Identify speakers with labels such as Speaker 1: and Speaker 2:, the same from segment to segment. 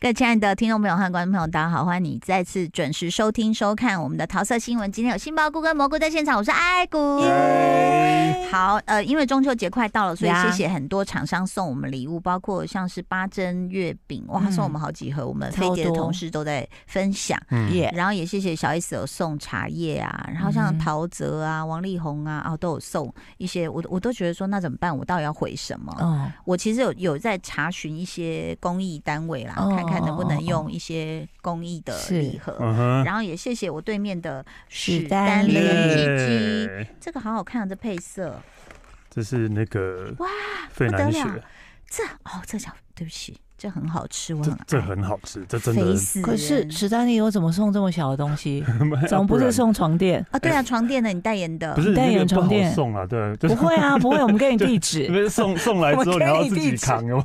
Speaker 1: 各位亲爱的听众朋友和观众朋友，大家好，欢迎你再次准时收听收看我们的桃色新闻。今天有杏鲍菇跟蘑菇在现场，我是爱菇。好，呃，因为中秋节快到了，所以
Speaker 2: 呀
Speaker 1: 谢谢很多厂商送我们礼物，包括像是八珍月饼，哇，他送我们好几盒，我们
Speaker 2: 超
Speaker 1: 菲姐的
Speaker 2: 多
Speaker 1: 同事都在分享。
Speaker 3: 嗯，
Speaker 2: 耶，
Speaker 1: 然后也谢谢小 S 有送茶叶啊，然后像
Speaker 2: 嗯
Speaker 1: 陶喆啊、王力宏啊，哦都有送一些，我我都觉得说那怎么办？我到底要回什么？
Speaker 2: 哦，
Speaker 1: 我其实有有在查询一些公益单位啦，
Speaker 2: 哦
Speaker 1: 看看能不
Speaker 2: 哦
Speaker 1: 能
Speaker 2: 哦
Speaker 1: 用一些公益的
Speaker 2: 是
Speaker 1: 礼盒。
Speaker 3: 嗯哼，
Speaker 1: 然后也谢谢我对面的
Speaker 2: 史
Speaker 1: 史丹
Speaker 2: 丹
Speaker 1: 利
Speaker 2: 利
Speaker 1: 基基，
Speaker 3: 耶
Speaker 1: 这个好好看啊，这配色，
Speaker 3: 这是那个
Speaker 1: 哇，
Speaker 3: 费
Speaker 1: 不得
Speaker 3: 南雪，
Speaker 1: 了这哦这叫对不起，这很好吃，我
Speaker 3: 这
Speaker 1: 很
Speaker 3: 这
Speaker 1: 爱
Speaker 3: 很好吃，这真
Speaker 1: 肥
Speaker 3: 的
Speaker 1: 死人
Speaker 2: 可是史丹利，我怎么送这么小的东西？怎么
Speaker 3: 要
Speaker 2: 不
Speaker 3: 然
Speaker 2: 是送床垫？
Speaker 1: 啊，对啊，床垫的你代言的，
Speaker 3: 哎不是
Speaker 2: 代
Speaker 3: 那
Speaker 2: 言
Speaker 3: 个不
Speaker 2: 床
Speaker 3: 好
Speaker 2: 垫
Speaker 3: 送啊？ 对，就
Speaker 2: 不
Speaker 3: 是
Speaker 2: 会啊，不会，我们给你地
Speaker 3: 因
Speaker 2: 址。
Speaker 3: 为送送来之
Speaker 2: 我
Speaker 3: 后你
Speaker 2: 给
Speaker 3: 要
Speaker 2: 你
Speaker 3: 自
Speaker 2: 地
Speaker 3: 己
Speaker 2: 址
Speaker 3: 扛哦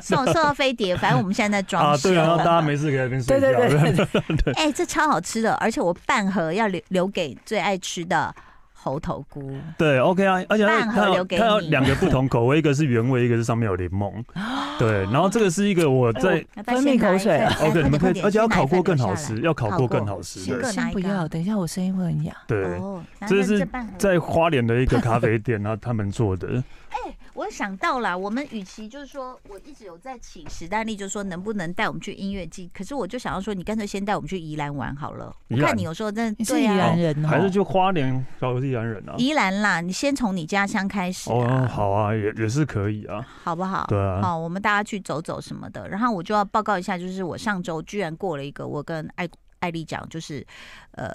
Speaker 1: 送送到飞碟，反正我们现在在装
Speaker 3: 啊，
Speaker 1: 修
Speaker 3: 对，然后大家没事可以在那边
Speaker 2: 对
Speaker 3: 睡觉
Speaker 2: 对，对对，
Speaker 1: 哎、这超好吃的，而且我半盒要留留给最爱吃的猴头菇。
Speaker 3: 对，OK 啊，而且它
Speaker 1: 饭盒
Speaker 3: 它有
Speaker 1: 留给
Speaker 3: 它有
Speaker 1: 你
Speaker 3: 两个不同口味，一个是原味，一个是上面有柠 檬。对，然后这个是一个我在
Speaker 1: 要不要
Speaker 2: 分
Speaker 1: 先
Speaker 2: 泌
Speaker 1: 拿
Speaker 2: 口
Speaker 1: 一
Speaker 2: 水啊
Speaker 1: 份
Speaker 2: 了。
Speaker 3: 哦，对，你们可以，而且要烤过更好。
Speaker 1: 来
Speaker 3: 吃，要烤
Speaker 1: 烤
Speaker 3: 过更
Speaker 1: 过
Speaker 3: 好吃
Speaker 1: 先
Speaker 3: 的
Speaker 1: 各。拿
Speaker 2: 先
Speaker 1: 一
Speaker 2: 不
Speaker 1: 个
Speaker 2: 要，等一下我声音会很哑。
Speaker 1: 先
Speaker 3: 对
Speaker 1: 奶，粉拿一份留下来哦，
Speaker 3: 这
Speaker 1: 这
Speaker 3: 是
Speaker 1: 是半盒。
Speaker 3: 在花莲的一个咖啡店，然后他们做的，
Speaker 1: 我想到了，我们与其就是说，我一直有在请史丹利，就是说能不能带我们去音乐季？可是我就想要说，你干脆先带我们去宜兰玩好了。我
Speaker 3: 宜兰
Speaker 1: 看你有时候真的
Speaker 2: 你是
Speaker 1: 对
Speaker 2: 宜
Speaker 1: 啊
Speaker 2: 兰，人哦，
Speaker 3: 还是就花莲小西兰人啊？
Speaker 1: 宜兰啦，你先从你家乡开始
Speaker 3: 哦，
Speaker 1: 啊，
Speaker 3: 好啊，也也是可以啊。
Speaker 1: 好不好？
Speaker 3: 对啊，
Speaker 1: 好，我们大家去走走什么的。然后我就要报告一下，就是我上周居然过了一个我跟艾艾丽讲，就是呃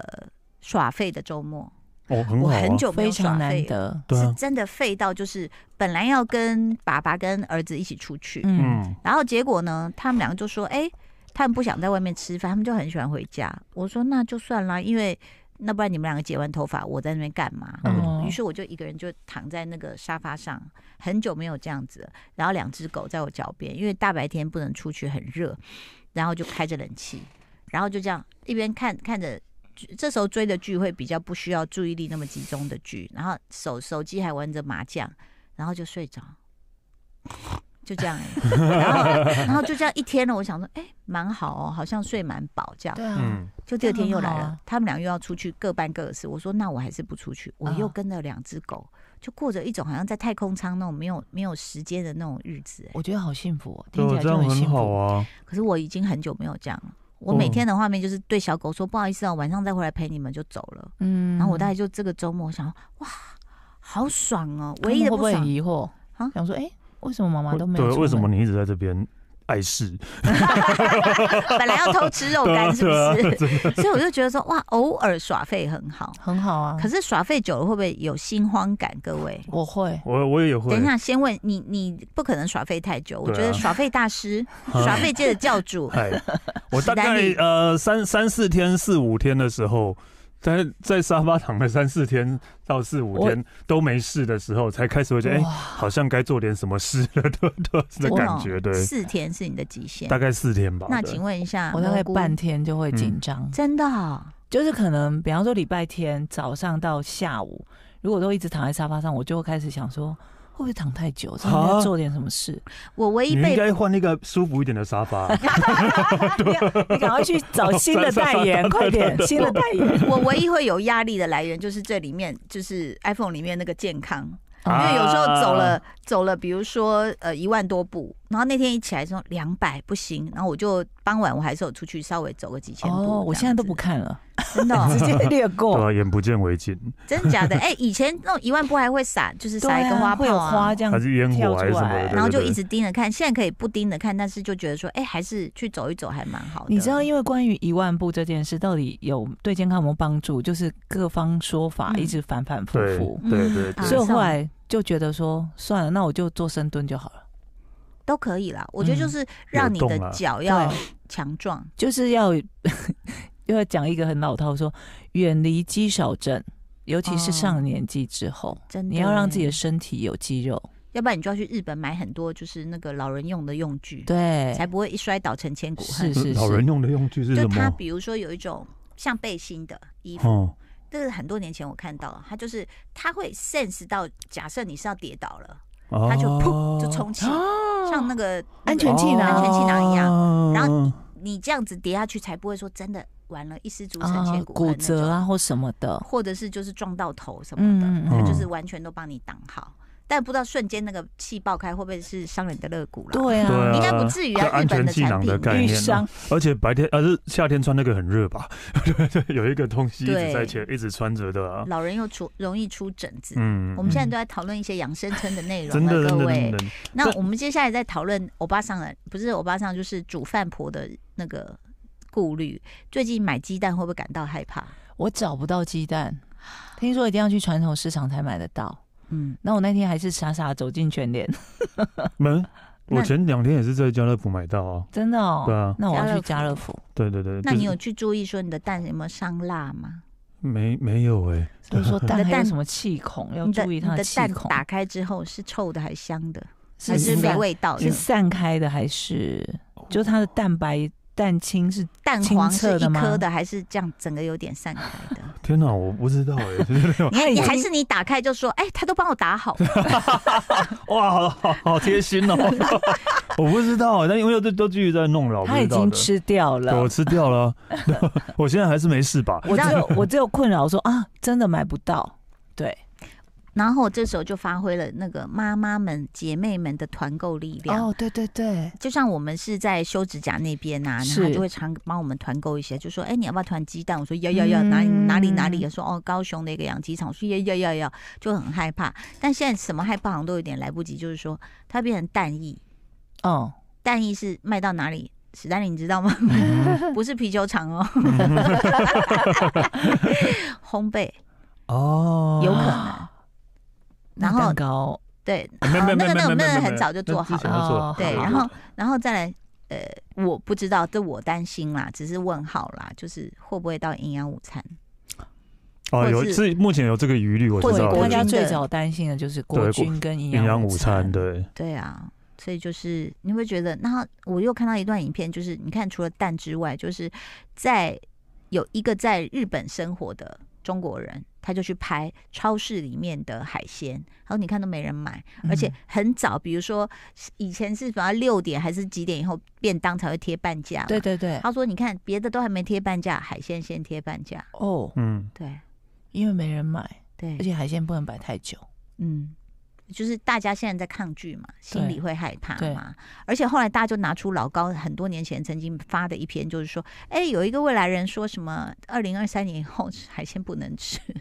Speaker 1: 耍废的周末，
Speaker 3: 哦，很
Speaker 1: 我
Speaker 3: 好啊，
Speaker 1: 很久没
Speaker 2: 非
Speaker 1: 有
Speaker 2: 常
Speaker 1: 耍
Speaker 2: 难
Speaker 1: 废了。
Speaker 2: 得。
Speaker 3: 对
Speaker 1: 是
Speaker 3: 啊，
Speaker 1: 真的废到，就是本来要跟爸爸跟儿子一起出去，
Speaker 2: 嗯，
Speaker 3: 嗯，
Speaker 1: 然后结果呢，他们两个就说：“哎、他们不想在外面吃饭，他们就很喜欢回家。”我说：“那就算啦，因为那不然你们两个剪完头发，我在那边干嘛？”
Speaker 3: 嗯
Speaker 2: 哦
Speaker 1: 于是我就一个人就躺在那个沙发上，很久没有这样子了。然后两只狗在我脚边，因为大白天不能出去，很热，然后就开着冷气，然后就这样一边看看着。这时候追的剧会比较不需要注意力那么集中的剧，然后手手机还玩着麻将，然后就睡着，就这样、欸。 然后然后就这样一天了，我想说，哎、蛮好哦，好像睡蛮饱这样。
Speaker 2: 对啊，
Speaker 3: 嗯，
Speaker 1: 就第二天又来
Speaker 2: 那很好
Speaker 1: 了
Speaker 2: 啊，
Speaker 1: 他们俩又要出去各办各的事。我说那我还是不出去，我又
Speaker 2: 嗯
Speaker 1: 跟了两只狗，就过着一种好像在太空舱那种没有没有时间的那种日子、欸。
Speaker 2: 我觉得好幸福哦，
Speaker 3: 对
Speaker 2: 听起
Speaker 3: 啊，
Speaker 2: 来
Speaker 3: 这
Speaker 2: 就
Speaker 3: 样
Speaker 2: 幸
Speaker 3: 很好
Speaker 2: 福。
Speaker 3: 啊。
Speaker 1: 可是我已经很久没有这样了。
Speaker 2: 哦
Speaker 1: 我每
Speaker 3: 嗯
Speaker 1: 天的画面就是对小狗说不好意思哦，晚上再回来陪你们就走了。
Speaker 2: 嗯
Speaker 1: 然后我大概就这个周末我想，哇，好爽哦！唯一
Speaker 2: 他
Speaker 1: 的不
Speaker 2: 们会不会很
Speaker 1: 爽，
Speaker 2: 疑惑
Speaker 1: 啊
Speaker 2: 想说，哎，为什么妈妈都没有出
Speaker 3: 对，
Speaker 2: 门？
Speaker 3: 为什么你一直在这边碍事？
Speaker 1: 本来要偷吃肉
Speaker 3: 对 啊
Speaker 1: 干是不
Speaker 3: 对啊
Speaker 1: 是？所以我就觉得说哇，偶尔耍废很好。
Speaker 2: 很好啊？
Speaker 1: 可是耍废久了会不会有心慌感？各位，
Speaker 2: 我会，
Speaker 3: 我我也会
Speaker 1: 等一，下先问你，你不可能耍废太久。我
Speaker 3: 对啊
Speaker 1: 觉得耍废大师、
Speaker 3: 啊
Speaker 1: 耍废界的教 主，
Speaker 3: 哎，我大
Speaker 1: 史丹
Speaker 3: 概
Speaker 1: 利
Speaker 3: 呃三三四天、四五天的时候，在在沙发躺了三四天到四五天都没事的时候，才开始会觉得哎、
Speaker 2: 哇，
Speaker 3: 好像该做点什么事了， 对对的
Speaker 1: 真的
Speaker 3: 感
Speaker 1: 哦
Speaker 3: 觉，对，
Speaker 1: 四天是你的极限
Speaker 3: 大。概四天吧。
Speaker 1: 那
Speaker 3: 对
Speaker 1: 请问一下，
Speaker 2: 我大概
Speaker 1: 蘑菇
Speaker 2: 半天就会紧张，
Speaker 1: 真的哦
Speaker 2: 就是可能，比方说礼拜天早上到下午，如果都一直躺在沙发上，我就会开始想说，会不会躺太久，真的
Speaker 3: 啊
Speaker 2: 要做点什么事？
Speaker 1: 我唯
Speaker 3: 你
Speaker 1: 一
Speaker 3: 应
Speaker 1: 被
Speaker 3: 该换一个舒服一点的沙发，
Speaker 2: 你赶快去找新的代言，快点，新的代言。
Speaker 1: 我唯一会有压力的来源就是这里面就是 iPhone 里面那个健康，因
Speaker 3: 啊
Speaker 1: 为有时候走了走了，比如说呃一万多步，然后那天一起来说两百不行，然后我就傍晚我还是有出去稍微走个几千步这样子。
Speaker 2: 哦，我现在都不看了，
Speaker 1: 真的哦、
Speaker 2: 直接略
Speaker 3: 对
Speaker 2: 过。
Speaker 3: 啊，眼不见为净，
Speaker 1: 真的假的？哎、以前那种一万步还会撒，就是
Speaker 2: 对
Speaker 1: 撒一个花
Speaker 2: 啊，会
Speaker 1: 炮
Speaker 2: 有
Speaker 1: 啊
Speaker 2: 花这样
Speaker 3: 还，是烟火还是什
Speaker 2: 跳
Speaker 3: 么
Speaker 2: 出
Speaker 3: 的
Speaker 2: 来，
Speaker 3: 对
Speaker 1: 然后就
Speaker 3: 对
Speaker 1: 一直盯着看。现在可以不盯着看，但是就觉得说，哎、还是去走一走还蛮好的。
Speaker 2: 你知道，因为关于一万步这件事，到底有对健康有没有帮助？就是各方说法
Speaker 1: 嗯
Speaker 2: 一直反反复
Speaker 3: 对
Speaker 2: 复，
Speaker 3: 对对
Speaker 1: 嗯
Speaker 3: 对
Speaker 2: 所以我后来就觉得说，算了，那我就做深蹲就好了，
Speaker 1: 都可以啦。我觉得就是让你
Speaker 3: 有
Speaker 1: 的
Speaker 3: 动啦啊
Speaker 1: 脚
Speaker 2: 对
Speaker 1: 要，强壮。
Speaker 2: 就是要 又要讲一个很老套，说远离肌少症，尤其是
Speaker 1: 哦
Speaker 2: 上了年纪之后，
Speaker 1: 真的
Speaker 2: 你
Speaker 1: 耶，
Speaker 2: 要让自己的身体有肌肉，
Speaker 1: 要不然你就要去日本买很多就是那个老人用的用具，
Speaker 2: 对，
Speaker 1: 才不会一摔倒成千古恨。
Speaker 2: 是是
Speaker 3: 嗯老人用的用具是
Speaker 1: 就
Speaker 3: 什
Speaker 1: 它，
Speaker 3: 么？
Speaker 1: 比如说有一种像背心的衣服，
Speaker 3: 哦，
Speaker 1: 这个很多年前我看到，它就是它会 sense 到，假设你是要跌倒了，它就
Speaker 3: 哦
Speaker 1: 噗就充气，
Speaker 2: 哦
Speaker 1: 像那个
Speaker 2: 安全气囊
Speaker 1: 安全气囊一样。
Speaker 3: 样
Speaker 1: 然后你这样子跌下去，才不会说真的完了，一失足成千古
Speaker 2: 骨
Speaker 1: 恨那种
Speaker 2: 折，啊或什么的，
Speaker 1: 或者是就是撞到头什么的，
Speaker 2: 嗯
Speaker 3: 嗯
Speaker 1: 它就是完全都帮你挡好。但不知道瞬间那个气爆开会不会是伤人的肋骨了？
Speaker 2: 对
Speaker 3: 对啊
Speaker 2: 啊，
Speaker 1: 应该不至于
Speaker 3: 就
Speaker 1: 啊，日本
Speaker 3: 安全
Speaker 1: 的
Speaker 3: 气
Speaker 1: 产
Speaker 3: 囊
Speaker 1: 品
Speaker 3: 的概
Speaker 2: 遇
Speaker 3: 念
Speaker 2: 伤
Speaker 3: 啊，而且白天啊是夏天穿那个很热吧？ 对对，有一个东西一直
Speaker 1: 对
Speaker 3: 在前一直穿着的啊，
Speaker 1: 老人又出容易出疹子。
Speaker 3: 嗯
Speaker 1: 我，们现在都在讨论一些养生村的内容
Speaker 3: 真的
Speaker 1: 了，
Speaker 3: 真
Speaker 1: 各
Speaker 3: 的
Speaker 1: 位
Speaker 3: 真的。 真的
Speaker 1: 那
Speaker 3: 但
Speaker 1: 我们接下来在讨论欧巴桑的，不是欧巴桑，就是煮饭婆的那个顾虑。最近买鸡蛋会不会感到害怕？
Speaker 2: 我找不到鸡蛋，听说一定要去传统市场才买得到。
Speaker 1: 嗯，
Speaker 2: 那我那天还是傻傻走进全联，
Speaker 3: 门。
Speaker 1: 那
Speaker 3: 我前两天也是在家乐福买到啊，
Speaker 2: 真的哦。
Speaker 3: 对啊
Speaker 2: 那我要去
Speaker 1: 家
Speaker 2: 家
Speaker 1: 乐
Speaker 2: 乐福，
Speaker 3: 对对对，
Speaker 1: 那
Speaker 3: 就是
Speaker 1: 你有去注意说你的蛋有没有伤蜡吗？
Speaker 3: 没没有哎、
Speaker 2: 所以 说蛋
Speaker 1: 你的
Speaker 2: 还有
Speaker 1: 蛋
Speaker 2: 什么气孔，要
Speaker 1: 你的
Speaker 2: 注意
Speaker 1: 你
Speaker 2: 它
Speaker 1: 的
Speaker 2: 气
Speaker 1: 蛋
Speaker 2: 孔
Speaker 1: 打开之后是臭的还是香的，
Speaker 2: 是
Speaker 1: 还是没
Speaker 2: 散
Speaker 1: 味道的
Speaker 2: 是？散开的还是
Speaker 3: 哦
Speaker 2: 就它的蛋白蛋清是
Speaker 1: 蛋黄
Speaker 2: 清澈
Speaker 1: 是一
Speaker 2: 的吗
Speaker 1: 颗的还是这样整个有点散开的？
Speaker 3: 天哪，我不知道哎、
Speaker 1: 你
Speaker 2: 你看 已经
Speaker 1: 还是你打开就说，哎、他都帮我打好了，
Speaker 3: 哇，好好好贴心 哦，我不知道，欸但因为都都继续在弄了，我不
Speaker 2: 它已
Speaker 3: 知道
Speaker 2: 经
Speaker 3: 的，
Speaker 2: 吃掉
Speaker 3: 对我
Speaker 2: 了。
Speaker 3: 吃掉了，啊 我现在还是没事吧？
Speaker 1: 你
Speaker 2: 我
Speaker 1: 知
Speaker 2: 只
Speaker 1: 道
Speaker 2: 有我只有困扰说啊，真的买不到。对，
Speaker 1: 然后我这时候就发挥了那个妈妈们姐妹们的团购力量。，
Speaker 2: 哦对对对，
Speaker 1: 就像我们是在修指甲那边呐、啊，然
Speaker 2: 是
Speaker 1: 后就会常帮我们团购一些，就说，哎、你要不要团鸡蛋？我说要要要，哪里
Speaker 2: 嗯
Speaker 1: 哪里哪里？说哦，高雄的一个养鸡场，我说要要要要，就很害怕。但现在什么害怕好像都有点来不及，就是说它变成蛋液，
Speaker 2: 哦，
Speaker 1: 蛋液是卖到哪里？史丹利，你知道吗？ 不是啤酒厂哦， 烘焙
Speaker 3: 哦，
Speaker 1: 有可能。
Speaker 2: 那
Speaker 1: 然后
Speaker 2: 蛋糕
Speaker 1: 对，
Speaker 3: 没
Speaker 1: 啊那
Speaker 3: 没没
Speaker 1: 个那
Speaker 3: 没
Speaker 1: 个
Speaker 3: 没
Speaker 1: 那个
Speaker 3: 没
Speaker 1: 很早就做好哦
Speaker 3: 之前就做
Speaker 2: 了
Speaker 3: 好
Speaker 1: 对，
Speaker 2: 好
Speaker 1: 然后然后再来，呃，我不知道，这我担心啦，只是问号啦，就是会不会到营养午餐？
Speaker 3: 哦
Speaker 1: 或
Speaker 3: 有
Speaker 1: 者是
Speaker 3: 是目前有这个疑虑，我知
Speaker 1: 或者
Speaker 3: 道
Speaker 1: 国
Speaker 2: 大
Speaker 3: 了
Speaker 1: 家
Speaker 2: 家
Speaker 1: 军
Speaker 2: 最
Speaker 1: 的
Speaker 2: 早担心的就是国
Speaker 3: 对国
Speaker 2: 军跟营
Speaker 3: 营养
Speaker 2: 午
Speaker 3: 午餐，对，
Speaker 1: 对啊，所以就是你会觉得，那我又看到一段影片，就是你看除了蛋之外，就是在有一个在日本生活的中国人，他就去拍超市里面的海鲜，然后你看都没人买，而且
Speaker 2: 嗯
Speaker 1: 很早，比如说以前是反正六点还是几点以后便当才会贴半价嘛，
Speaker 2: 对对对，
Speaker 1: 他说：“你看，别的都还没贴半价，海鲜先贴半价。
Speaker 2: 哦，
Speaker 3: 嗯，”
Speaker 1: 对
Speaker 2: 因为没人买，
Speaker 1: 对，
Speaker 2: 而且海鲜不能摆太久，
Speaker 1: 嗯，就是大家现在在抗拒嘛，心里会害怕
Speaker 2: 对
Speaker 1: 嘛。而且后来大家就拿出老高很多年前曾经发的一篇，就是说，哎、有一个未来人说什么，二零二三年以后海鲜不能吃。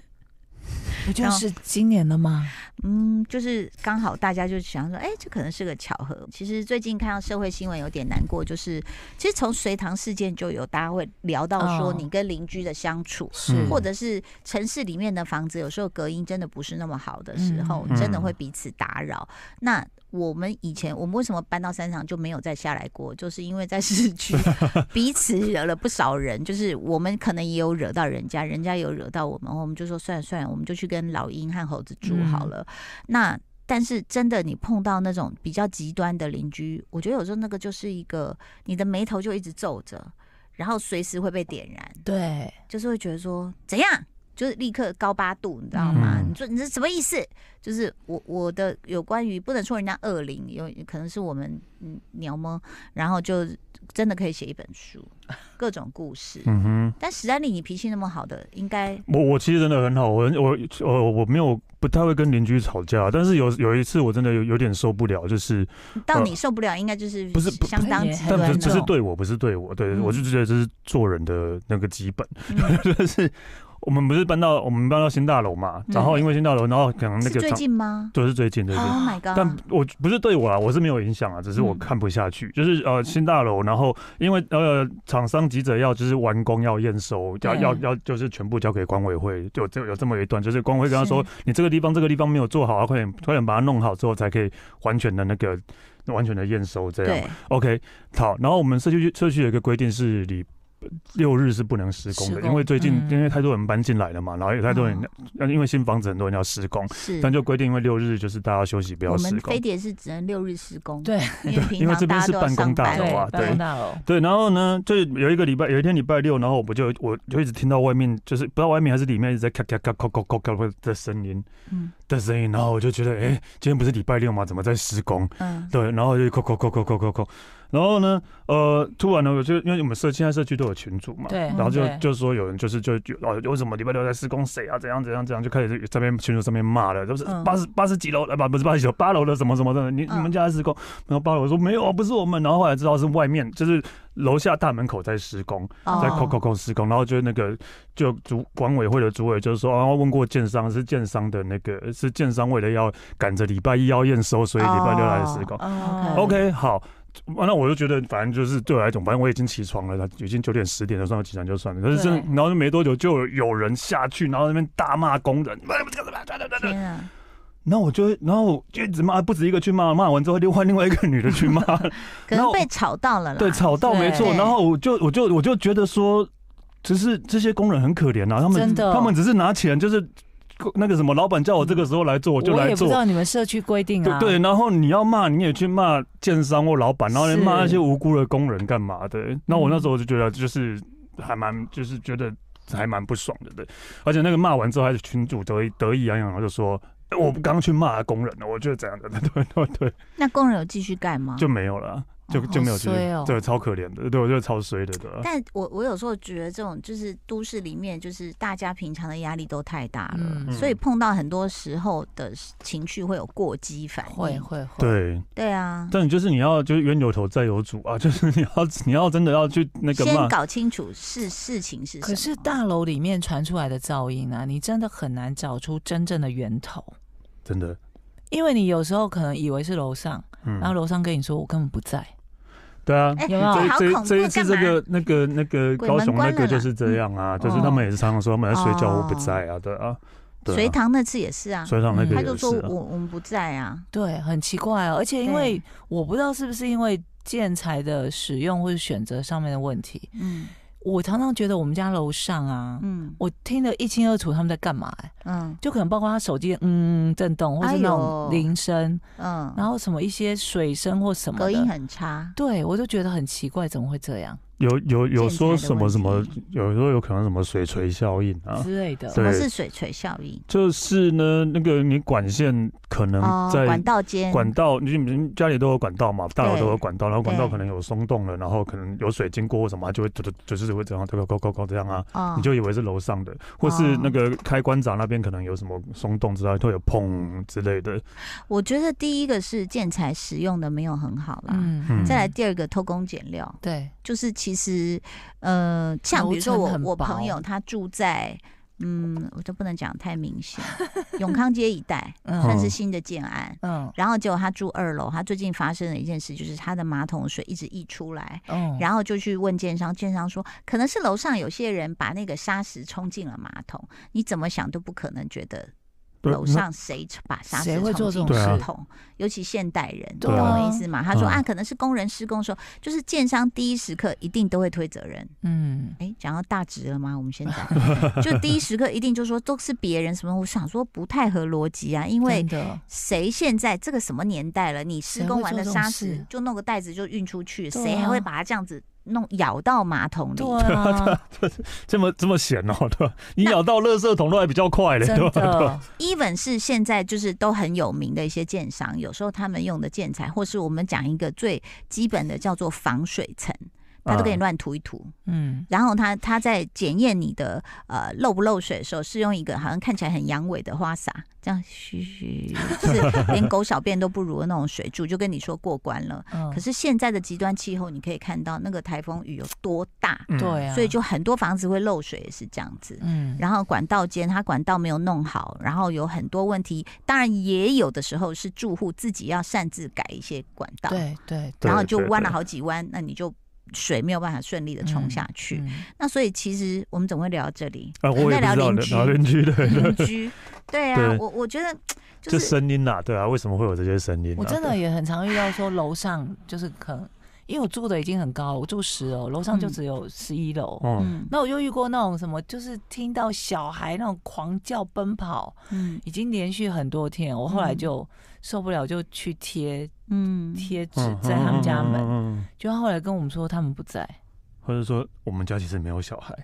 Speaker 2: 不就
Speaker 1: 然后
Speaker 2: 是今年的吗？
Speaker 1: 嗯，就是刚好大家就想说，哎、这可能是个巧合。其实最近看到社会新闻有点难过，就是其实从隋唐事件就有大家会聊到说，
Speaker 2: 哦
Speaker 1: 你跟邻居的相处。
Speaker 3: 嗯
Speaker 2: 是
Speaker 1: 或者是城市里面的房子，有时候隔音真的不是那么好的时候，
Speaker 2: 嗯
Speaker 1: 真的会彼此打扰。那我们以前，我们为什么搬到山上就没有再下来过？就是因为在市 区彼此惹了不少人，就是我们可能也有惹到人家，人家也有惹到我们，我们就说算了算了，我们就去跟老鹰和猴子住
Speaker 2: 嗯
Speaker 1: 好了。那但是真的，你碰到那种比较极端的邻居，我觉得有时候那个就是一个你的眉头就一直皱着，然后随时会被点燃。
Speaker 2: 对，
Speaker 1: 就是会觉得说怎样，就是立刻高八度，你知道吗？
Speaker 3: 嗯
Speaker 1: 你说你是什么意思？就是我我的有关于不能说人家恶灵，有可能是我们嗯鸟猫，然后就真的可以写一本书，各种故事。
Speaker 3: 嗯哼。
Speaker 1: 但史丹利，你脾气那么好的，应该
Speaker 3: 我我其实真的很好，我很我呃我我没有不太会跟邻居吵架，但是有有一次我真的有有点受不了，就是
Speaker 1: 到你受不了，应该就是
Speaker 3: 呃不是不
Speaker 1: 相当极
Speaker 2: 对
Speaker 1: 端
Speaker 3: 但不是不是
Speaker 1: 的
Speaker 2: 种
Speaker 3: 对我，不是对我，对、
Speaker 1: 嗯
Speaker 3: 我就觉得这是做人的那个基本，
Speaker 1: 嗯
Speaker 3: 就是我们不是搬到我们搬到新大楼嘛，然后因为新大楼，然后可能那
Speaker 1: 嗯是
Speaker 3: 个
Speaker 1: 最
Speaker 3: 长
Speaker 1: 近吗
Speaker 3: 就是最近最近
Speaker 1: ？Oh my god！
Speaker 3: 但我不是对我啊，我是没有影响啊，只是我
Speaker 1: 嗯
Speaker 3: 看不下去。就是呃，新大楼，然后因为呃，厂商急着要就是完工要验收，要
Speaker 1: 对
Speaker 3: 要要就是全部交给管委会，就这有这么一段，就是管委会跟他说
Speaker 1: 是，
Speaker 3: 你这个地方这个地方没有做好啊，快点快点把它弄好之后才可以完全的那个完全的验收这样。
Speaker 1: 对
Speaker 3: OK，好，然后我们社区社区有一个规定是礼。六日是不能施工
Speaker 2: 施
Speaker 3: 的，
Speaker 2: 工
Speaker 3: 因为最近、
Speaker 2: 嗯
Speaker 3: 因为太多人搬进来了嘛，然后有太多人，
Speaker 1: 嗯
Speaker 3: 因为新房子很多人要施工，
Speaker 1: 是
Speaker 3: 但就规定因为六日就是大家休息，不要
Speaker 1: 嗯我
Speaker 3: 施
Speaker 1: 们
Speaker 3: 工
Speaker 1: 飞。碟是只能六日施工，
Speaker 2: 对，
Speaker 1: 因为平
Speaker 3: 因为
Speaker 1: 常
Speaker 3: 这边
Speaker 1: 大家
Speaker 3: 是
Speaker 1: 都要
Speaker 3: 办
Speaker 1: 上
Speaker 3: 公大
Speaker 1: 班
Speaker 3: 楼啊
Speaker 1: 嘛
Speaker 2: 办公大楼，
Speaker 3: 对，然后呢，就有一个礼拜，有一天礼拜六，然后我就我就一直听到外面，就是不知道外面还是里面一直在咔咔咔咔咔咔咔的声音。
Speaker 1: 嗯
Speaker 3: 的声音，然后我就觉得，哎、今天不是礼拜六吗？怎么在施工？
Speaker 1: 嗯
Speaker 3: 对，然后就扣扣扣扣扣扣扣，然后呢，呃，突然呢，我就因为我们社现在社区都有群组嘛，
Speaker 2: 对，
Speaker 3: 然后就
Speaker 2: 对
Speaker 3: 就说有人就是就就哦，为什么礼拜六在施工谁啊？怎样怎样怎样，就开始在边群主上面骂了，就是
Speaker 1: 嗯
Speaker 3: 八十八十几楼，呃不不是八十几楼，八楼的什么什么的，你
Speaker 1: 嗯
Speaker 3: 你们家在施工？然后八楼说没有啊，不是我们。然后后来知道是外面，就是楼下大门口在施工，
Speaker 1: 哦
Speaker 3: 在扣扣扣施工。然后就那个就主管委会的主委就是说，然后问过建商是建商的那个是建商为了要赶着礼拜一要验收，所以礼拜六来施工。
Speaker 2: 哦
Speaker 3: OK，好，啊那我就觉得反正就是对我来讲，反正我已经起床了，已经九点十点了，算我起床就算了。可是真的，
Speaker 2: 对
Speaker 3: 然后就没多久就有有人下去，然后在那边大骂工人，
Speaker 1: 天啊，
Speaker 3: 然后我就然后就一直骂，不止一个去骂，骂完之后另外另外一个女的去骂，
Speaker 1: 可
Speaker 3: 然
Speaker 1: 能
Speaker 3: 后
Speaker 1: 被吵到了啦。
Speaker 3: 对，吵到没错。
Speaker 1: 对
Speaker 3: 然后我就我就我就觉得说，只是这些工人很可怜啊，他们
Speaker 2: 真的
Speaker 3: 他们只是拿钱就是。那个什么，老板叫我这个时候来做，我就
Speaker 2: 我
Speaker 3: 来
Speaker 2: 也不
Speaker 3: 做
Speaker 2: 知。道你们社区规定
Speaker 3: 对
Speaker 2: 啊，
Speaker 3: 对，然后你要骂，你也去骂建商或老板，然后你骂那
Speaker 2: 是
Speaker 3: 些无辜的工人干嘛的？那我那
Speaker 2: 嗯
Speaker 3: 时候就觉得，就是还蛮，就是觉得还蛮不爽的，对。而且那个骂完之后，还是群主得意得意洋洋，然后就说。哎我刚刚去骂工人了，我觉得怎样的，对对对，
Speaker 1: 那工人有继续盖吗？
Speaker 3: 就没有了，就
Speaker 1: 哦
Speaker 3: 就没有
Speaker 2: 好
Speaker 3: 去
Speaker 2: 衰哦，
Speaker 3: 对，超可怜的，对我觉得超衰的，对啊。
Speaker 1: 但我我有时候觉得这种就是都市里面，就是大家平常的压力都太大了，
Speaker 2: 嗯
Speaker 1: 所以碰到很多时候的情绪会有过激反应。
Speaker 2: 会会会，
Speaker 3: 对，
Speaker 1: 对啊，
Speaker 3: 但就是你要就是冤有头债有主啊，就是你要你要真的要去那个骂
Speaker 1: 先，搞清楚事事情是什么。
Speaker 2: 可是大楼里面传出来的噪音啊，你真的很难找出真正的源头，
Speaker 3: 真的，
Speaker 2: 因为你有时候可能以为是楼上，然后
Speaker 3: 嗯，
Speaker 2: 楼上跟你说我根本不在，
Speaker 3: 对啊，
Speaker 1: 哎、
Speaker 2: 有没有
Speaker 1: 这好恐
Speaker 3: 这
Speaker 1: 怖，
Speaker 3: 这一次这
Speaker 1: 干嘛
Speaker 3: 个 那个那个
Speaker 1: 鬼
Speaker 3: 高
Speaker 1: 门
Speaker 3: 雄
Speaker 1: 关
Speaker 3: 那
Speaker 1: 了
Speaker 3: 个就
Speaker 1: 啦嗯
Speaker 3: 是这样啊，就是
Speaker 2: 哦
Speaker 3: 他们也是常常说他们在睡觉，我不
Speaker 1: 哦
Speaker 3: 在啊，对啊，对啊
Speaker 1: 隋唐那次也是啊，
Speaker 3: 隋唐那
Speaker 2: 嗯
Speaker 3: 个
Speaker 1: 他
Speaker 3: 也
Speaker 1: 就是说
Speaker 3: 啊，
Speaker 1: 我我们不在啊，
Speaker 2: 对，很奇怪哦。而且因为
Speaker 1: 对
Speaker 2: 我不知道是不是因为建材的使用或者选择上面的问题，
Speaker 1: 嗯
Speaker 2: 我常常觉得我们家楼上啊，
Speaker 1: 嗯
Speaker 2: 我听得一清二楚他们在干嘛、哎
Speaker 1: 嗯
Speaker 2: 就可能包括他手机嗯震动，或是那种
Speaker 1: 哎呦
Speaker 2: 铃声，
Speaker 1: 嗯，
Speaker 2: 然后什么一些水声或什么的
Speaker 1: 隔音很差，
Speaker 2: 对我就觉得很奇怪，怎么会这样
Speaker 3: 有有有
Speaker 1: 建
Speaker 3: 说
Speaker 1: 材的
Speaker 3: 什么
Speaker 1: 问
Speaker 3: 什么
Speaker 1: 题，
Speaker 3: 有时候有可能什么水锤效应啊，
Speaker 2: 之类的？
Speaker 1: 什么
Speaker 3: 对
Speaker 1: 是水锤效应？
Speaker 3: 就是呢那个你管线可
Speaker 1: 哦
Speaker 3: 能，
Speaker 1: 管
Speaker 3: 嗯在。
Speaker 1: 道间，
Speaker 3: 管道，你你家里都有管道嘛，大楼都
Speaker 1: 对
Speaker 3: 有管道，然后管道
Speaker 1: 对
Speaker 3: 可能有松动了，然后可能有水经过或什么，它就会嘟嘟，就是会这样，这个高高高这样啊，
Speaker 1: 哦，
Speaker 3: 你就以为是楼上的，或是那个开关闸那边可能有什么松动之类，会有砰之类的，
Speaker 1: 我觉得第一个是建材使用的没有很好啦，
Speaker 3: 嗯
Speaker 1: 再来第二个偷工减料，
Speaker 2: 对，
Speaker 1: 就是其实呃，像比如说
Speaker 2: 楼层
Speaker 1: 我
Speaker 2: 很
Speaker 1: 我朋
Speaker 2: 薄
Speaker 1: 友他住在嗯，我都不能讲太明显，永康街一 带算
Speaker 2: 嗯
Speaker 1: 是新的建案。
Speaker 2: 嗯
Speaker 1: 然后结果他住二楼，他最近发生了一件事，就是他的马桶水一直溢出来，
Speaker 2: 嗯，
Speaker 1: 然后就去问建商，建商说可能是楼上有些人把那个沙石冲进了马桶，你怎么想都不可能觉得
Speaker 3: 对
Speaker 1: 楼
Speaker 3: 那
Speaker 1: 上谁把沙
Speaker 2: 谁
Speaker 1: 石
Speaker 2: 会做
Speaker 1: 冲进
Speaker 2: 这种
Speaker 3: 嗯
Speaker 1: 马
Speaker 3: 事
Speaker 1: 桶，尤其现代人，你
Speaker 2: 对
Speaker 1: 懂我
Speaker 2: 啊
Speaker 1: 的意思吗？他说
Speaker 3: 嗯
Speaker 1: 啊，可能是工人施工的时候，就是建商第一时刻一定都会推责任。
Speaker 2: 嗯，
Speaker 1: 哎，讲到大直了吗？我们现 在就第一时刻一定就说都是别人什么，我想说不太合逻辑啊，因为
Speaker 2: 真的
Speaker 1: 谁现在这个什么年代了？你施工完的沙
Speaker 2: 谁会做这
Speaker 1: 石
Speaker 2: 种事
Speaker 1: 就弄个袋子就运出去，
Speaker 2: 对啊
Speaker 1: 谁还会把它这样子弄咬到马桶里？
Speaker 2: 对啊，
Speaker 3: 这么这么险哦，对吧？你
Speaker 1: 那
Speaker 3: 咬到垃圾桶都还比较快嘞，
Speaker 2: 真
Speaker 3: 对吧？对吧
Speaker 2: 的，
Speaker 1: even 是现在就是都很有名的一些建商，有时候他们用的建材，或是我们讲一个最基本的叫做防水层，
Speaker 2: 啊
Speaker 1: 它都给你乱涂一涂。
Speaker 2: 嗯
Speaker 1: 然后它它在检验你的呃漏不漏水的时候，是用一个好像看起来很阳痿的花洒，这样嘘嘘，就是连狗小便都不如的那种水柱，就跟你说过关了。
Speaker 2: 嗯，
Speaker 1: 可是现在的极端气候，你可以看到那个台风雨有多大，
Speaker 3: 嗯
Speaker 2: 对啊，
Speaker 1: 所以就很多房子会漏水，也是这样子。
Speaker 2: 嗯，
Speaker 1: 然后管道间，它管道没有弄好，然后有很多问题。当然，也有的时候是住户自己要擅自改一些管道，
Speaker 2: 对对
Speaker 1: 然后就
Speaker 3: 对对
Speaker 1: 弯了
Speaker 3: 对
Speaker 1: 好几弯，那你就水没有办法顺利的冲下去。
Speaker 2: 嗯
Speaker 1: 那所以其实我们怎么会聊到这里？
Speaker 3: 啊，
Speaker 1: 我
Speaker 3: 我
Speaker 1: 们
Speaker 3: 也
Speaker 1: 在
Speaker 3: 不
Speaker 1: 聊邻
Speaker 3: 知道的，
Speaker 1: 居，
Speaker 3: 然后邻居对对，
Speaker 1: 邻居，对啊，
Speaker 3: 对
Speaker 1: 我我觉得就
Speaker 3: 这
Speaker 1: 是
Speaker 3: 声音呐，对啊，为什么会有这些声音啊？
Speaker 2: 我真的也很常遇到说楼上就是可能，因为我住的已经很高了，我住十楼，楼上就
Speaker 1: 嗯
Speaker 2: 只有十一楼
Speaker 3: 对，。嗯，
Speaker 1: 嗯
Speaker 2: 那我又遇过那种什么，就是听到小孩那种狂叫奔跑，
Speaker 1: 嗯
Speaker 2: 已经连续很多天，我后来就受不了，就去贴
Speaker 1: 嗯，
Speaker 2: 贴纸
Speaker 3: 嗯
Speaker 2: 在他们家
Speaker 3: 嗯
Speaker 2: 门，
Speaker 3: 嗯嗯嗯
Speaker 2: 就他后来跟我们说他们不在，
Speaker 3: 或者说我们家其实没有小孩，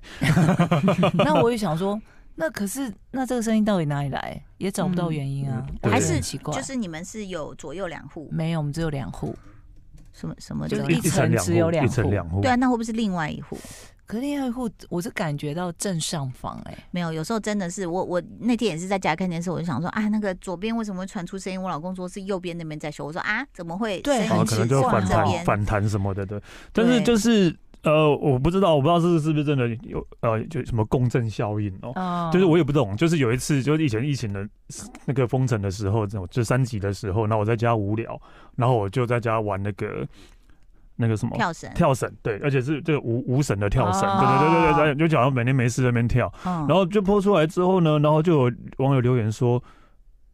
Speaker 2: 那我也想说。那可是那这个声音到底哪里来？也找不到原因啊，
Speaker 3: 嗯
Speaker 2: 我觉得
Speaker 1: 还是
Speaker 2: 很奇怪，
Speaker 1: 就是你们是有左右两户，
Speaker 2: 没有，我们只有两户，
Speaker 1: 什么什么
Speaker 2: 就
Speaker 1: 的
Speaker 2: 是。一层
Speaker 3: 两
Speaker 2: 只有
Speaker 3: 户
Speaker 2: 两
Speaker 3: 一层
Speaker 2: 户
Speaker 3: 两户
Speaker 1: 对，啊，那会不会是另外一户？
Speaker 2: 可是另外一户我是感觉到正上方哎、
Speaker 1: 没有，有时候真的是我我那天也是在家看电视，我就想说啊，那个左边为什么会传出声音？我老公说是右边那边在修，我说啊，怎么会声
Speaker 2: 对
Speaker 1: 音
Speaker 3: 然
Speaker 2: 很
Speaker 3: 后哦可
Speaker 2: 奇
Speaker 3: 能就
Speaker 2: 怪
Speaker 3: 反
Speaker 1: 这
Speaker 3: 弹
Speaker 1: 边
Speaker 3: 反弹什么的，对。但是
Speaker 1: 对
Speaker 3: 就是呃，我不知道，我不知道这是不是真的有呃，就什么共振效应哦。
Speaker 2: 哦
Speaker 3: 就是我也不懂，就是有一次，就是以前疫情的那个封城的时候，就三级的时候，然后我在家无聊，然后我就在家玩那个那个什么
Speaker 1: 跳绳？
Speaker 3: 跳绳，对，而且是这个无无绳的跳绳，
Speaker 2: 哦
Speaker 3: 对对对对对，就假装每天没事在那边跳，
Speaker 1: 嗯
Speaker 3: 然后就播出来之后呢，然后就有网友留言说。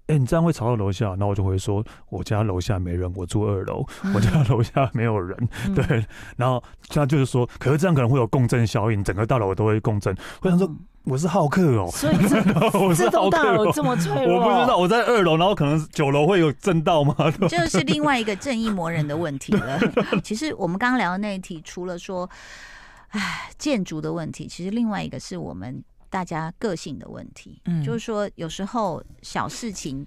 Speaker 3: 哎、你这样会吵到楼下，然后我就回说，我家楼下没人，我住二楼，我家楼下没有人，
Speaker 1: 嗯
Speaker 3: 对。然后他就是说，可是这样可能会有共振效应，整个大楼都会共振。我想说，
Speaker 1: 嗯
Speaker 3: 我是好客 哦、
Speaker 2: 所以这
Speaker 3: 我是
Speaker 2: 这栋
Speaker 3: 好客
Speaker 2: 大
Speaker 3: 哦、
Speaker 2: 楼这么脆弱，
Speaker 3: 我不知道，我在二楼，然后可能九楼会有震到吗？对
Speaker 1: 就是另外一个正义魔人的问题了。 其实我们刚刚聊的那一题，除了说，唉，建筑的问题，其实另外一个是我们大家个性的问题。
Speaker 2: 嗯
Speaker 1: 就是说有时候小事情。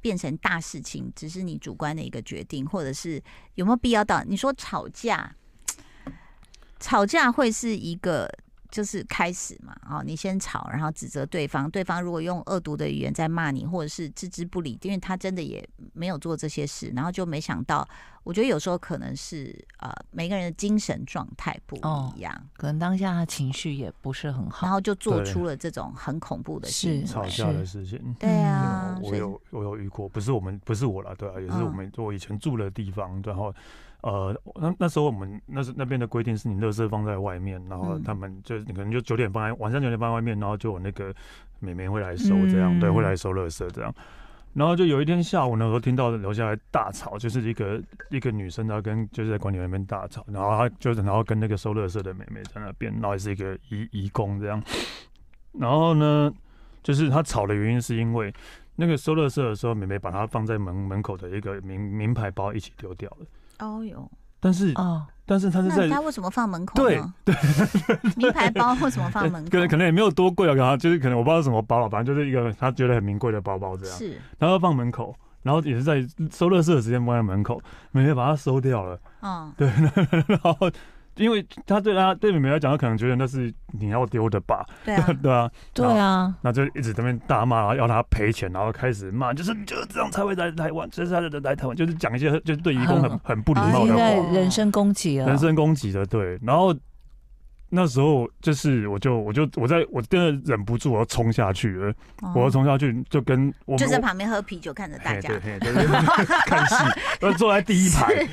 Speaker 1: 变成大事情，只是你主观的一个决定，或者是有没有必要到你说吵架，吵架会是一个就是开始嘛？哦，你先吵，然后指责对方，对方如果用恶毒的语言在骂你，或者是置之不理，因为他真的也没有做这些事，然后就没想到，我觉得有时候可能是呃每个人的精神状态不一样，
Speaker 2: 可能当下他情绪也不是很
Speaker 1: 然
Speaker 2: 哦好，
Speaker 1: 后就做
Speaker 3: 对
Speaker 1: 出了这种很恐怖的
Speaker 2: 是
Speaker 1: 事。
Speaker 3: 吵架的事情。
Speaker 1: 对啊，
Speaker 3: 我
Speaker 1: 所以
Speaker 3: 有我有遇过，不是我们不是我啦，对啊，也是
Speaker 1: 嗯
Speaker 3: 我们、我以前住的地方，然后呃那那时候我们那是那边的规定是你垃圾放在外面，然后
Speaker 1: 嗯
Speaker 3: 他们就你可能就九点放在晚上九点放在外面，然后就有那个美眉会来收这样，对，
Speaker 2: 嗯
Speaker 3: 会来收垃圾这样。然后就有一天下午呢，我听到楼下来大吵，就是一个一个女生，她跟就是在管理员那边大吵，然后她就是然后跟那个收垃圾的妹妹在那边，然后也是一个移移工这样。然后呢，就是她吵的原因是因为那个收垃圾的时候，妹妹把它放在门门口的一个名名牌包一起丢掉了。
Speaker 1: 哦哟，
Speaker 3: 但是，
Speaker 2: 哦，
Speaker 3: 但是她是
Speaker 1: 那
Speaker 3: 在
Speaker 1: 他为什么放门口呢？对， 名牌包为什么放门
Speaker 3: 哎 可
Speaker 1: 口
Speaker 3: 能？可能也没有多贵啊，可能就是可能我不知道什么包了，反正就是一个她觉得很名贵的包包这样。
Speaker 1: 是
Speaker 3: 然后放门口，然后也是在收垃圾的时间放在门口，妹妹把它收掉了。
Speaker 1: 嗯，
Speaker 3: 对， 然后因为她对她对妹妹来讲，她可能觉得那是你要丢的吧，
Speaker 1: 对啊，
Speaker 3: 对啊，
Speaker 2: 对啊，
Speaker 3: 那就一直在那边大骂，然后要他赔钱，然后开始骂，就是你就是这样才会来台湾，就是他来台湾，就是讲一些就是对义工很
Speaker 2: 嗯
Speaker 3: 很不礼
Speaker 1: 啊
Speaker 3: 貌
Speaker 2: 现
Speaker 3: 的
Speaker 2: 在
Speaker 3: 话，
Speaker 2: 人身攻击了，
Speaker 3: 人身攻击的，对。然后那时候就是我就我就我在我真的忍不住我要冲下去了， 我要
Speaker 1: 哦
Speaker 3: 冲下去就跟我
Speaker 1: 就在
Speaker 3: 我
Speaker 1: 旁边喝啤酒，看着大
Speaker 3: 嘿
Speaker 1: 家
Speaker 3: 对。嘿对 对对看戏，然后坐在第一排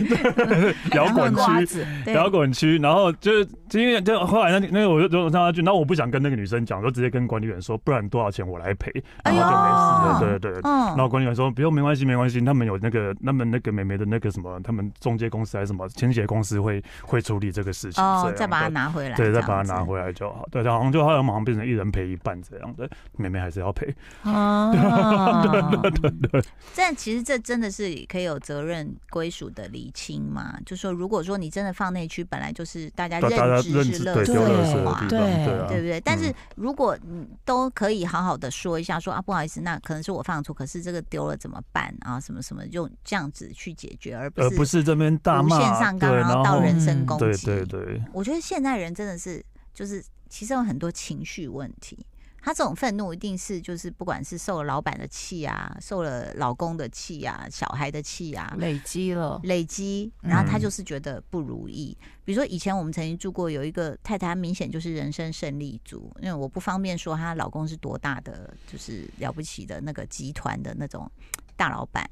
Speaker 1: 嗯
Speaker 3: 摇
Speaker 1: 然
Speaker 3: 滚
Speaker 1: 后
Speaker 3: 区
Speaker 1: 瓜。子，啊对
Speaker 3: 摇滚区，然后就是就因为就后来那那个我就就上下去，然后我不想跟那个女生讲，我就直接跟管理员说，不然多少钱我来赔，然后就没事了。
Speaker 1: 哎
Speaker 3: 对
Speaker 1: 呦
Speaker 3: 对对，然
Speaker 1: 嗯，
Speaker 3: 后管理员说不用，没关系，没关系。他们有那个，他们那个美眉的那个什么，他们中介公司还是什么清洁公司会会处理这个事情，这
Speaker 1: 哦
Speaker 3: 样，
Speaker 1: 再把它
Speaker 3: 对
Speaker 1: 拿回来，
Speaker 3: 对，
Speaker 1: 这
Speaker 3: 再把
Speaker 1: 样
Speaker 3: 它
Speaker 1: 子
Speaker 3: 拿回来就好。对，然后好像就后来马上变成一人赔一半这样的，美眉还是要赔。
Speaker 2: 啊，
Speaker 1: 嗯但其实这真的是可以有责任归属的厘清嘛？就说如果说你真的放内区，本来就是大家
Speaker 3: 大大家
Speaker 1: 认知
Speaker 3: 认
Speaker 1: 是
Speaker 3: 知
Speaker 1: 乐
Speaker 3: 对
Speaker 1: 色
Speaker 3: 丢垃圾
Speaker 1: 的话
Speaker 3: 的地方，，
Speaker 2: 对
Speaker 3: 对啊
Speaker 1: 对不对？但是嗯如果你都可以好好的说一下说，啊不好意思，那可能是我放错，可是这个丢了怎么办啊？什么什么，用这样子去解决，而
Speaker 3: 而不
Speaker 1: 是
Speaker 3: 是这边大
Speaker 1: 无
Speaker 3: 骂，
Speaker 1: 限上纲，
Speaker 3: 对，
Speaker 1: 然后嗯到人身攻
Speaker 3: 对
Speaker 1: 击。
Speaker 3: 对对，
Speaker 1: 我觉得现代人真的是，就是其实有很多情绪问题。他这种愤怒一定是就是不管是受了老板的气啊，受了老公的气啊，小孩的气啊，
Speaker 2: 累积了，
Speaker 1: 累积，然后他
Speaker 3: 嗯
Speaker 1: 就是觉得不如意。比如说以前我们曾经住过有一个太太，她明显就是人生胜利组，因为我不方便说她老公是多大的，就是了不起的那个集团的那种大老板。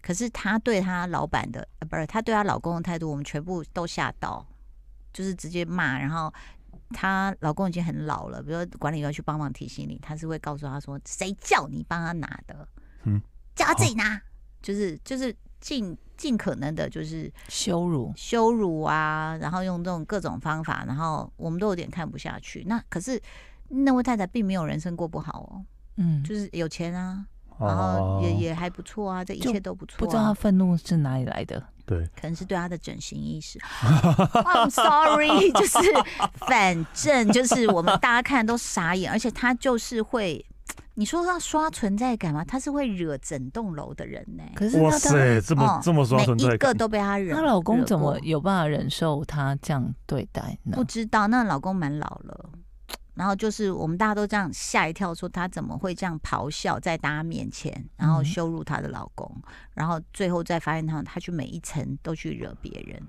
Speaker 1: 可是她对她老板的，呃，不是她对她老公的态度，我们全部都吓到，就是直接骂。然后她老公已经很老了，比如说管理员去帮忙提醒你，她是会告诉她说：“谁叫你帮他拿的？
Speaker 3: 嗯，
Speaker 1: 叫他自己拿。就是就是尽尽可能的，就是
Speaker 2: 羞辱，
Speaker 1: 羞辱啊，然后用这种各种方法，然后我们都有点看不下去。那可是那位太太并没有人生过不好哦，
Speaker 2: 嗯，
Speaker 1: 就是有钱啊，然后也
Speaker 3: 哦
Speaker 1: 也还不错啊，这一
Speaker 2: 就
Speaker 1: 切都不错、啊。
Speaker 2: 不知道他愤怒是哪里来的，
Speaker 3: 对，
Speaker 1: 可能是对他的整形意识。I'm sorry，就是 反正就是我们大家看都傻眼，而且他就是会，你说他刷存在感吗？他是会惹整栋楼的人呢、
Speaker 2: 可是
Speaker 3: 哇
Speaker 2: 那她
Speaker 3: 塞，这么、
Speaker 1: 哦
Speaker 3: 这么刷存
Speaker 1: 每
Speaker 3: 在
Speaker 1: 一个
Speaker 3: 感，
Speaker 1: 都被他惹。
Speaker 2: 她老公怎么
Speaker 1: 惹过
Speaker 2: 有办法忍受她这样对待呢
Speaker 1: 不？知道？那老公蛮老了。然后就是我们大家都这样吓一跳，说她怎么会这样咆哮在大家面前，然后
Speaker 2: 嗯
Speaker 1: 羞辱她的老公，然后最后再发现她，她去每一层都去惹别人，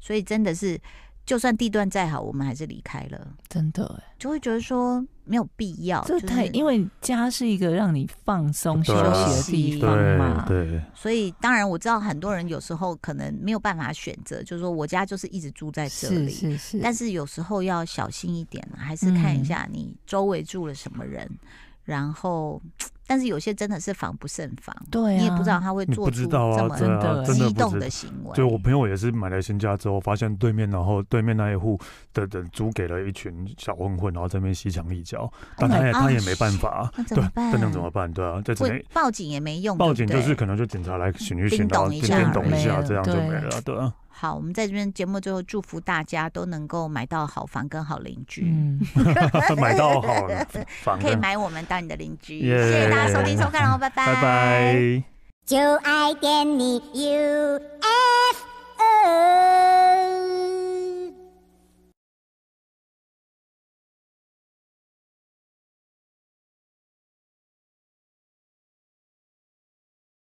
Speaker 1: 所以真的是，就算地段再好，我们还是离开了，
Speaker 2: 真的欸，
Speaker 1: 就会觉得说没有必要。
Speaker 2: 这太
Speaker 1: 哦就是
Speaker 2: 因为家是一个让你放松休
Speaker 3: 对啊
Speaker 2: 息的地方
Speaker 3: 对
Speaker 2: 嘛。
Speaker 3: 对，
Speaker 1: 所以当然我知道很多人有时候可能没有办法选择，就是说我家就是一直住在这
Speaker 2: 是
Speaker 1: 里，
Speaker 2: 是是，
Speaker 1: 但是有时候要小心一点，啊还是看
Speaker 2: 嗯
Speaker 1: 一下你周围住了什么人，然后，但是有些真的是防不胜防，
Speaker 2: 对啊，
Speaker 1: 你也不知道他会
Speaker 3: 你
Speaker 1: 做
Speaker 3: 不
Speaker 1: 出
Speaker 3: 知
Speaker 1: 这
Speaker 3: 道啊，
Speaker 1: 么
Speaker 3: 对
Speaker 2: 真
Speaker 3: 啊，
Speaker 2: 的
Speaker 3: 真的
Speaker 1: 激
Speaker 3: 不
Speaker 1: 动
Speaker 3: 知
Speaker 1: 的
Speaker 3: 道。
Speaker 1: 行为。
Speaker 3: 对我朋友也是买来新家之后，发现对面，然后对面那一户的人租给了一群小混混，然后在那边西墙立交，但
Speaker 1: 哦
Speaker 2: my
Speaker 3: 他也他也
Speaker 1: gosh，
Speaker 3: 没办法，
Speaker 1: 那怎
Speaker 3: 对
Speaker 1: 么，办？
Speaker 3: 那能怎么办？对啊，在只
Speaker 1: 我
Speaker 3: 能
Speaker 1: 报警也没用，嗯
Speaker 3: 报
Speaker 1: 对
Speaker 3: 警
Speaker 1: 不
Speaker 3: 就是
Speaker 1: 对
Speaker 3: 可能就警察来巡一
Speaker 1: 叮
Speaker 3: 巡，然后
Speaker 1: 咚一
Speaker 3: 叮
Speaker 1: 下
Speaker 3: 叮咚一下，
Speaker 2: 没
Speaker 3: 这
Speaker 2: 了
Speaker 3: 样就没
Speaker 2: 对
Speaker 3: 了，对 啊。
Speaker 1: 好，我们在这边节目最后祝福大家都能够买到好房跟好邻居。
Speaker 2: 嗯，
Speaker 3: 买到 好了，反
Speaker 1: 可以
Speaker 3: 正
Speaker 1: 买我们当你的邻居，
Speaker 3: 耶
Speaker 1: 谢谢大家收听收看哦，拜拜，
Speaker 3: 拜拜。
Speaker 4: 就爱点你 UFO。